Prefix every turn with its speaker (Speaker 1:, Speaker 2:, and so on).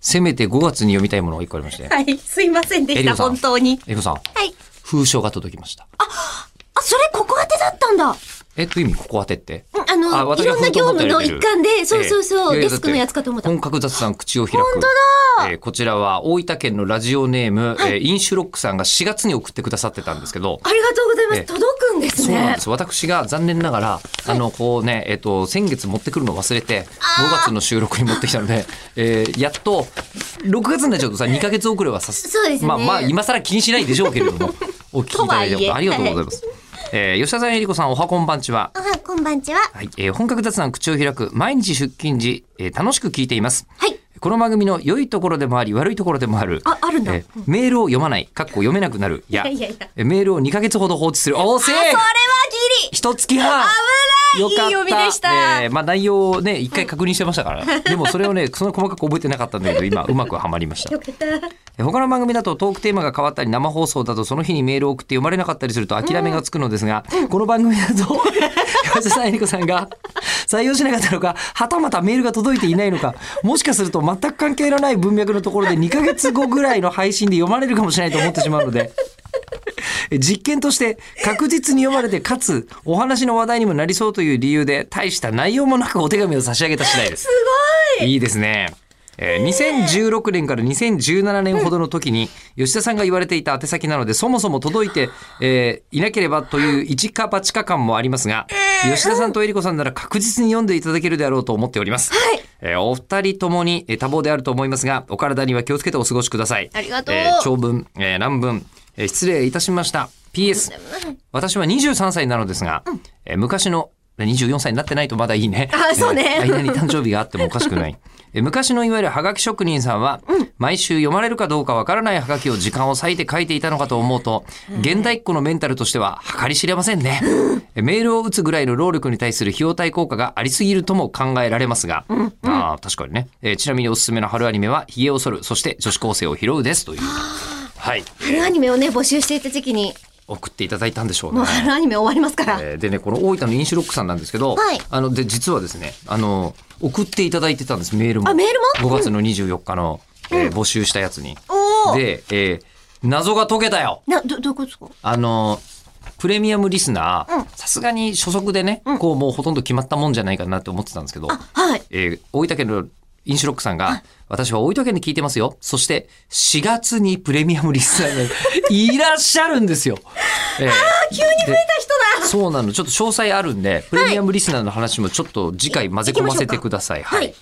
Speaker 1: せめて5月に読みたいものが1個ありま して。
Speaker 2: はい、すいませんで
Speaker 1: エ
Speaker 2: し
Speaker 1: リ
Speaker 2: た、
Speaker 1: コさん
Speaker 2: 本当に。
Speaker 1: エリコさん、
Speaker 2: はい。
Speaker 1: 封書が届きました。
Speaker 2: あ、それここ宛てだったんだ。
Speaker 1: え、という意味、ここ当てって。
Speaker 2: あの
Speaker 1: あ私
Speaker 2: いろんな
Speaker 1: 封筒持って
Speaker 2: 業務の
Speaker 1: 入れてる
Speaker 2: 一環でそうそうそう
Speaker 1: ええいい
Speaker 2: デスクのやつかと思った
Speaker 1: だて本格雑談口を開く。本当だ、えーこちらは大分県のラジオネーム、えーインシュロックさんが4月に送ってくださってたんですけど、
Speaker 2: ありがとうございます。
Speaker 1: ええ
Speaker 2: 届くんです
Speaker 1: そうなん
Speaker 2: ね
Speaker 1: で。す。私が残念ながら、あの、こうね、えっと、先月持ってくるの忘れて、5月の収録に持ってきたので、えーやっと、6月になっちゃうとさ、2ヶ月遅れはさす、
Speaker 2: そうですね
Speaker 1: まあまあ、今更気にしないでしょうけれど も、お聞きいただいて
Speaker 2: とはいえ
Speaker 1: ありがとうございます。えー吉田さん、えりこさん、おはこんばんちは。
Speaker 2: あ、こんばんちは。
Speaker 1: はい、えー本格雑談口を開く、毎日出勤時、えー楽しく聞いています。
Speaker 2: はい。
Speaker 1: この番組の良いところでもあり、悪いところでもある。
Speaker 2: ああるんだ
Speaker 1: えーメールを読まない、かっこ読めなくなる。いや、
Speaker 2: いやいやいや
Speaker 1: えーメールを2ヶ月ほど放置する。おーせー
Speaker 2: あ、それはギリ。
Speaker 1: 一月半
Speaker 2: 危ないいい読みでした
Speaker 1: ねえまあ内容をね一回確認してましたから、でもそれをねそんな細かく覚えてなかったんだけど今うまくはまりました
Speaker 2: よかった。
Speaker 1: え他の番組だとトークテーマが変わったり生放送だとその日にメールを送って読まれなかったりすると諦めがつくのですが、この番組だと吉田さんえりこさんが採用しなかったのかはたまたメールが届いていないのかもしかすると全く関係のない文脈のところで2ヶ月後ぐらいの配信で読まれるかもしれないと思ってしまうので。え実験として確実に読まれてかつお話の話題にもなりそうという理由で大した内容もなくお手紙を差し上げた次第です。すごいいいですね。えー2016年から2017年ほどの時に吉田さんが言われていた宛先なのでそもそも届いて、えーいなければという一か八か感もありますが吉田さんとえりこさんなら確実に読んでいただけるであろうと思っております、えーお二人ともにえー多忙であると思いますがお体には気をつけてお過ごしください
Speaker 2: ありがとう
Speaker 1: えー長文、えー乱文、えー失礼いたしました PS 私は23歳なのですが、えー昔の24歳になってないとまだいいね。
Speaker 2: あそうね
Speaker 1: え ー間に誕生日があってもおかしくない。えー昔のいわゆるハガキ職人さんは、毎週読まれるかどうかわからないハガキを時間を割いて書いていたのかと思うと、現代っ子のメンタルとしては計り知れませんね。えーメールを打つぐらいの労力に対する費用対効果がありすぎるとも考えられますが、あー確かにね、えーちなみにおすすめの春アニメは、髭を剃る、そして女子高生を拾うですという。はい。
Speaker 2: 春アニメをね、募集していた時期に、
Speaker 1: 送っていただいたんでしょうね。
Speaker 2: もう春アニメ終わりますから。
Speaker 1: えーでねこの大分の飲酒ロックさんなんですけど、
Speaker 2: はい
Speaker 1: あので実はですねあの送っていただいてたんですメールも
Speaker 2: あメールも
Speaker 1: 5月の24日の、えー募集したやつに、
Speaker 2: おー。
Speaker 1: で、えー謎が解けたよ
Speaker 2: な、ど、どういうことですか
Speaker 1: あのプレミアムリスナーさすがに所属でね、こうもうほとんど決まったもんじゃないかなって思ってたんですけど、
Speaker 2: はい。
Speaker 1: えー大分県のインシュロックさんが、私は大分県で聞いてますよ。そして、4月にプレミアムリスナーがいらっしゃるん ですよ。えー、急に増え
Speaker 2: 来た人だ
Speaker 1: そうなの。ちょっと詳細あるんで、プレミアムリスナーの話もちょっと次回混ぜ込ませてください。
Speaker 2: はい